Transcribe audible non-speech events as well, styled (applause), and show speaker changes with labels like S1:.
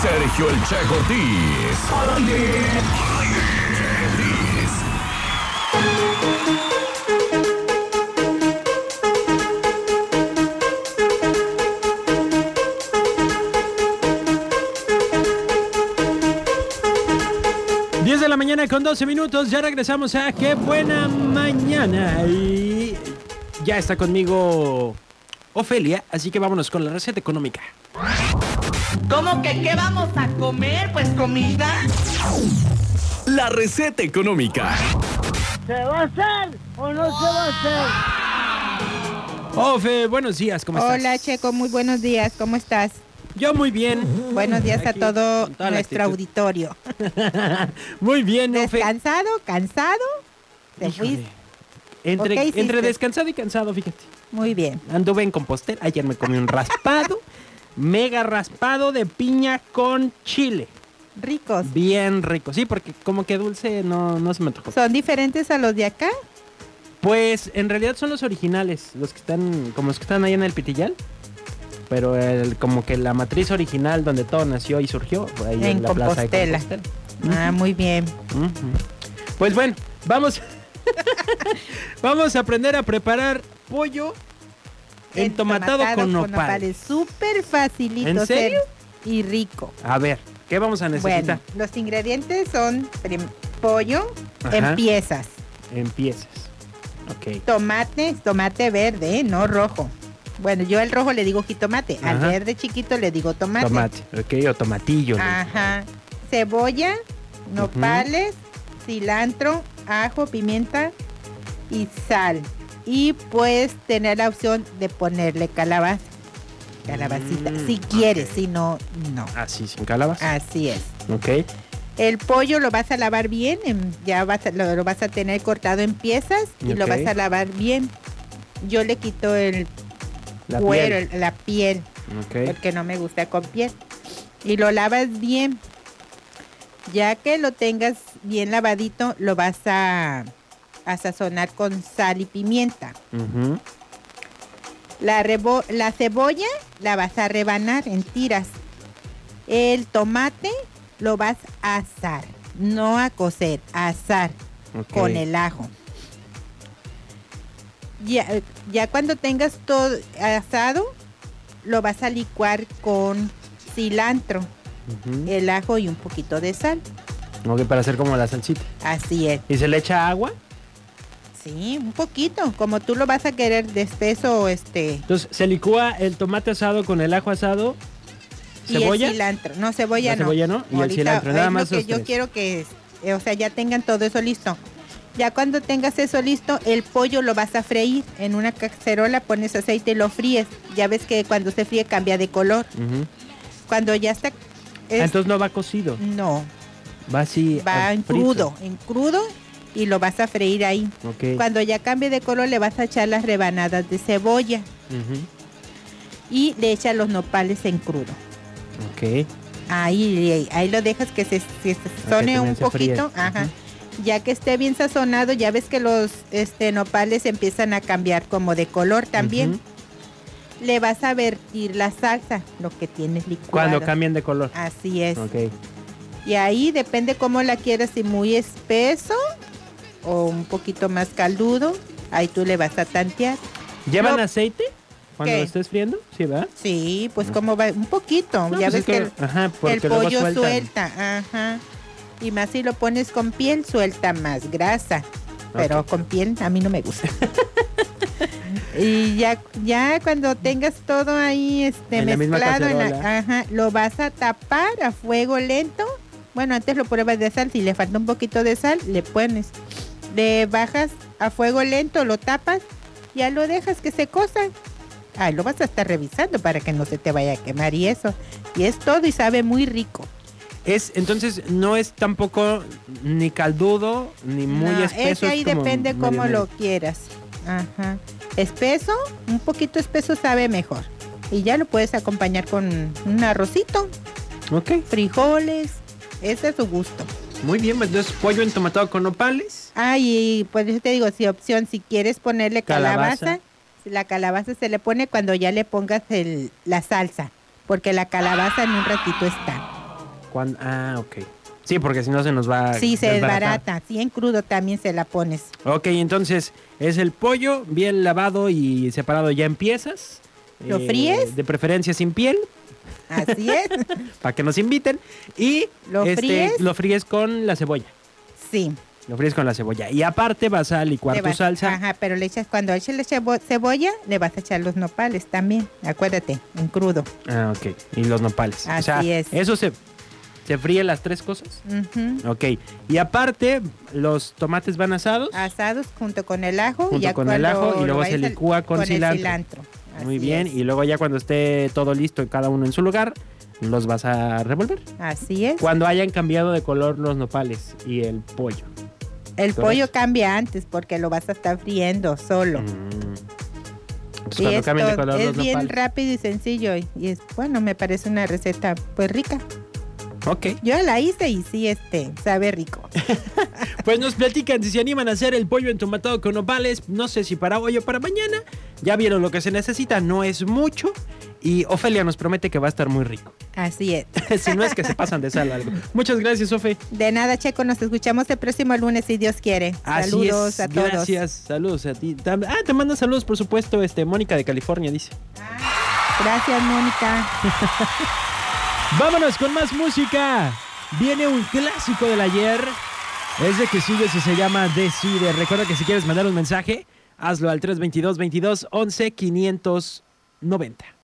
S1: Sergio El Che Ortiz.
S2: Ortiz. 10 de la mañana con 12 minutos, ya regresamos a Qué Buena Mañana. Y ya está conmigo Ofelia, así que vámonos con la receta económica.
S3: ¿Cómo que qué vamos a comer? Pues comida.
S1: La receta económica.
S4: ¿Se va a hacer o no se va a hacer?
S2: Ofe, buenos días, ¿cómo estás?
S5: Hola Checo, muy buenos días, ¿cómo estás?
S2: Yo muy bien.
S5: Buenos días
S2: Aquí,
S5: a todo
S2: con toda la
S5: nuestro
S2: actitud.
S5: auditorio.
S2: Muy bien, Ofe.
S5: ¿Descansado? ¿Cansado? ¿Te
S2: Híjole.
S5: fuiste?
S2: Entre,
S5: ¿O qué hiciste?
S2: entre descansado y cansado, fíjate.
S5: Muy bien.
S2: Anduve en Compostela, ayer me comí un raspado, mega raspado de piña con chile.
S5: Ricos.
S2: Bien rico, sí, porque como que dulce no, no se me antojó.
S5: ¿Son diferentes a los de acá?
S2: Pues en realidad son los originales, los que están, como los que están ahí en el Pitillal. Pero el- como que la matriz original donde todo nació y surgió, fue ahí en,
S5: En
S2: la plaza de
S5: Compostela.
S2: Compostela.
S5: Ah, muy bien.
S2: Ujú. Pues bueno, vamos. (laughs) vamos a aprender a preparar pollo entomatado, con nopales.
S5: Súper facilito.
S2: ¿En serio?
S5: Sergio, Y rico.
S2: A ver, ¿qué vamos a necesitar?
S5: Bueno, los ingredientes son prim- pollo
S2: Ajá.
S5: en piezas,
S2: Empiezas. Ok.
S5: tomate, tomate verde, ¿eh? no rojo. Bueno, yo al rojo le digo jitomate, al
S2: Ajá.
S5: verde chiquito le digo tomate.
S2: Tomate, Ah. ok, o tomatillo. ¿no?
S5: Ajá. Cebolla, nopales, cilantro, ajo, pimienta y sal. Y puedes tener la opción de ponerle calabaza. Calabacita.
S2: Mm,
S5: si quieres, si no, no.
S2: Así, Ah, sin calabaza.
S5: Así es.
S2: Ok.
S5: El pollo lo vas a lavar bien, em, ya vas a- lo, lo vas a tener cortado en piezas y lo
S2: Ok.
S5: vas a lavar bien. Yo le quito el
S2: La
S5: cuero,
S2: piel.
S5: el- la piel,
S2: Ok.
S5: porque no me gusta con piel. Y lo lavas bien. Ya que lo tengas bien lavadito, lo vas a, a sazonar con sal y pimienta.
S2: Ujú.
S5: La, rebo- la cebolla la vas a rebanar en tiras. El tomate lo vas a asar, no a cocer, a asar
S2: Ok.
S5: con el ajo. Ya, ya cuando tengas todo asado, lo vas a licuar con cilantro,
S2: Ujú.
S5: el ajo y un poquito de sal.
S2: Ok, para hacer como la salsita.
S5: Así es.
S2: ¿Y se le echa agua?
S5: Sí, un poquito, como tú lo vas a querer de espeso o este
S2: Entonces, se licúa el tomate asado con el ajo asado.
S5: Y
S2: ¿Cebolla?
S5: el cilantro. No, cebolla
S2: La
S5: no.
S2: cebolla no, y el
S5: Ahorita
S2: cilantro, nada
S5: es lo
S2: más este?
S5: que
S2: esos
S5: yo
S2: tres.
S5: quiero que, eh, o sea, ya tengan todo eso listo. Ya cuando tengas eso listo, el pollo lo vas a freír. En una cacerola pones aceite y lo fríes. Ya ves que cuando se fríe cambia de color.
S2: Ujú.
S5: Cuando ya está...
S2: Ah,
S5: es-
S2: entonces no va cocido,
S5: no,
S2: va así.
S5: va
S2: ah,
S5: en
S2: frito.
S5: crudo, en crudo y lo vas a freír ahí.
S2: Ok.
S5: Cuando ya cambie de color, le vas a echar las rebanadas de cebolla
S2: Ujú.
S5: y le echas los nopales en crudo.
S2: Ok.
S5: Ahí, ahí, ahí lo dejas que se, se sazone
S2: también
S5: un
S2: se fríe.
S5: poquito. Ajá. Ya que esté bien sazonado, ya ves que los este, nopales empiezan a cambiar como de color también. Le vas a vertir la salsa, lo que tienes licuado.
S2: Cuando cambian de color.
S5: Así es.
S2: Ok.
S5: Y ahí depende cómo la quieras, si muy espeso o un poquito más caldudo. Ahí tú le vas a tantear.
S2: ¿Llevan
S5: No.
S2: aceite? Cuando
S5: ¿Qué?
S2: lo estés friendo, sí, ¿verdad?
S5: Sí, pues como va, un poquito.
S2: No,
S5: ya
S2: pues
S5: ves
S2: es
S5: que el-
S2: ajá,
S5: el
S2: porque luego
S5: pollo
S2: sueltan.
S5: suelta, ajá. Y más si lo pones con piel, suelta más grasa. Pero con piel a mí no me gusta. (laughs) y ya, ya cuando tengas todo ahí este,
S2: En la misma
S5: mezclado, en la-
S2: cacerola.
S5: ajá, lo vas a tapar a fuego lento. Bueno, antes lo pruebas de sal. Si le falta un poquito de sal, le pones. Le bajas a fuego lento, lo tapas, ya lo dejas que se cosa. Ah, lo vas a estar revisando para que no se te vaya a quemar y eso. Y es todo y sabe muy rico.
S2: Es, entonces, no es tampoco ni caldudo, ni muy
S5: No,
S2: espeso.
S5: Es que ahí
S2: es como
S5: depende
S2: medio,
S5: cómo lo
S2: medio.
S5: quieras. Ajá. Espeso, un poquito espeso sabe mejor. Y ya lo puedes acompañar con un arrocito,
S2: Ok,
S5: frijoles. Ese es su gusto.
S2: muy bien, pues, entonces pollo entomatado con nopales.
S5: Ah, y por eso te digo, si opción, si quieres ponerle
S2: Calabaza.
S5: calabaza, la calabaza se le pone cuando ya le pongas el- la salsa, porque la calabaza en un ratito está.
S2: Cuan- Ah, ok. Sí, porque si no se nos va a
S5: Sí, se
S2: desbaratar.
S5: desbarata. Sí, en crudo también se la pones.
S2: Ok, entonces es el pollo bien lavado y separado ya en piezas. Eh,
S5: ¿Lo fríes?
S2: De preferencia sin piel,
S5: Así es.
S2: para que nos inviten. Y este,
S5: ¿Lo fríes?
S2: lo fríes con la cebolla.
S5: Sí.
S2: Lo fríes con la cebolla. Y aparte vas a licuar
S5: le
S2: tu
S5: vas-
S2: salsa.
S5: Ajá, pero le echas, cuando eches la chebo- cebolla, le vas a echar los nopales también. Acuérdate, en crudo.
S2: Ah, ok. Y los nopales.
S5: Así
S2: o sea,
S5: es.
S2: Eso se, se fríe las tres cosas.
S5: Ujú.
S2: Ok. Y aparte, los tomates van asados.
S5: Asados junto con el ajo.
S2: Junto
S5: ya
S2: con el
S5: cuando
S2: ajo y
S5: lo
S2: luego se
S5: vayas a-
S2: licúa con
S5: el
S2: cilantro.
S5: Así
S2: Muy bien.
S5: es.
S2: Y luego ya cuando esté todo listo y cada uno en su lugar, los vas a revolver.
S5: Así es.
S2: Cuando hayan cambiado de color los nopales y el pollo.
S5: El
S2: Correcto.
S5: pollo cambia antes porque lo vas a estar friendo solo.
S2: Mm. Entonces,
S5: Y
S2: cuando
S5: esto
S2: cambien de color
S5: es
S2: los
S5: bien
S2: nopales.
S5: rápido y sencillo y, y es bueno, me parece una receta pues rica.
S2: Ok.
S5: Yo la hice y sí, este, sabe
S2: (laughs)
S5: rico.
S2: Pues nos platican si se animan a hacer el pollo entomatado con nopales. No sé si para hoy o para mañana. Ya vieron lo que se necesita, no es mucho. Y Ofelia nos promete que va a estar muy rico. (laughs)
S5: Así es.
S2: si no es que se pasan de sal o algo. Muchas gracias, Ofe.
S5: De nada, Checo, nos escuchamos el próximo lunes si Dios quiere.
S2: Así
S5: Saludos
S2: es,
S5: a todos.
S2: Gracias, saludos a ti. Tam- Ah, te manda saludos, por supuesto, este Mónica de California, dice.
S5: Gracias, Mónica.
S2: Vámonos con más música. Viene un clásico del ayer. Es de que sigues y se llama Decide. Recuerda que si quieres mandar un mensaje, hazlo al 322 22 11 590.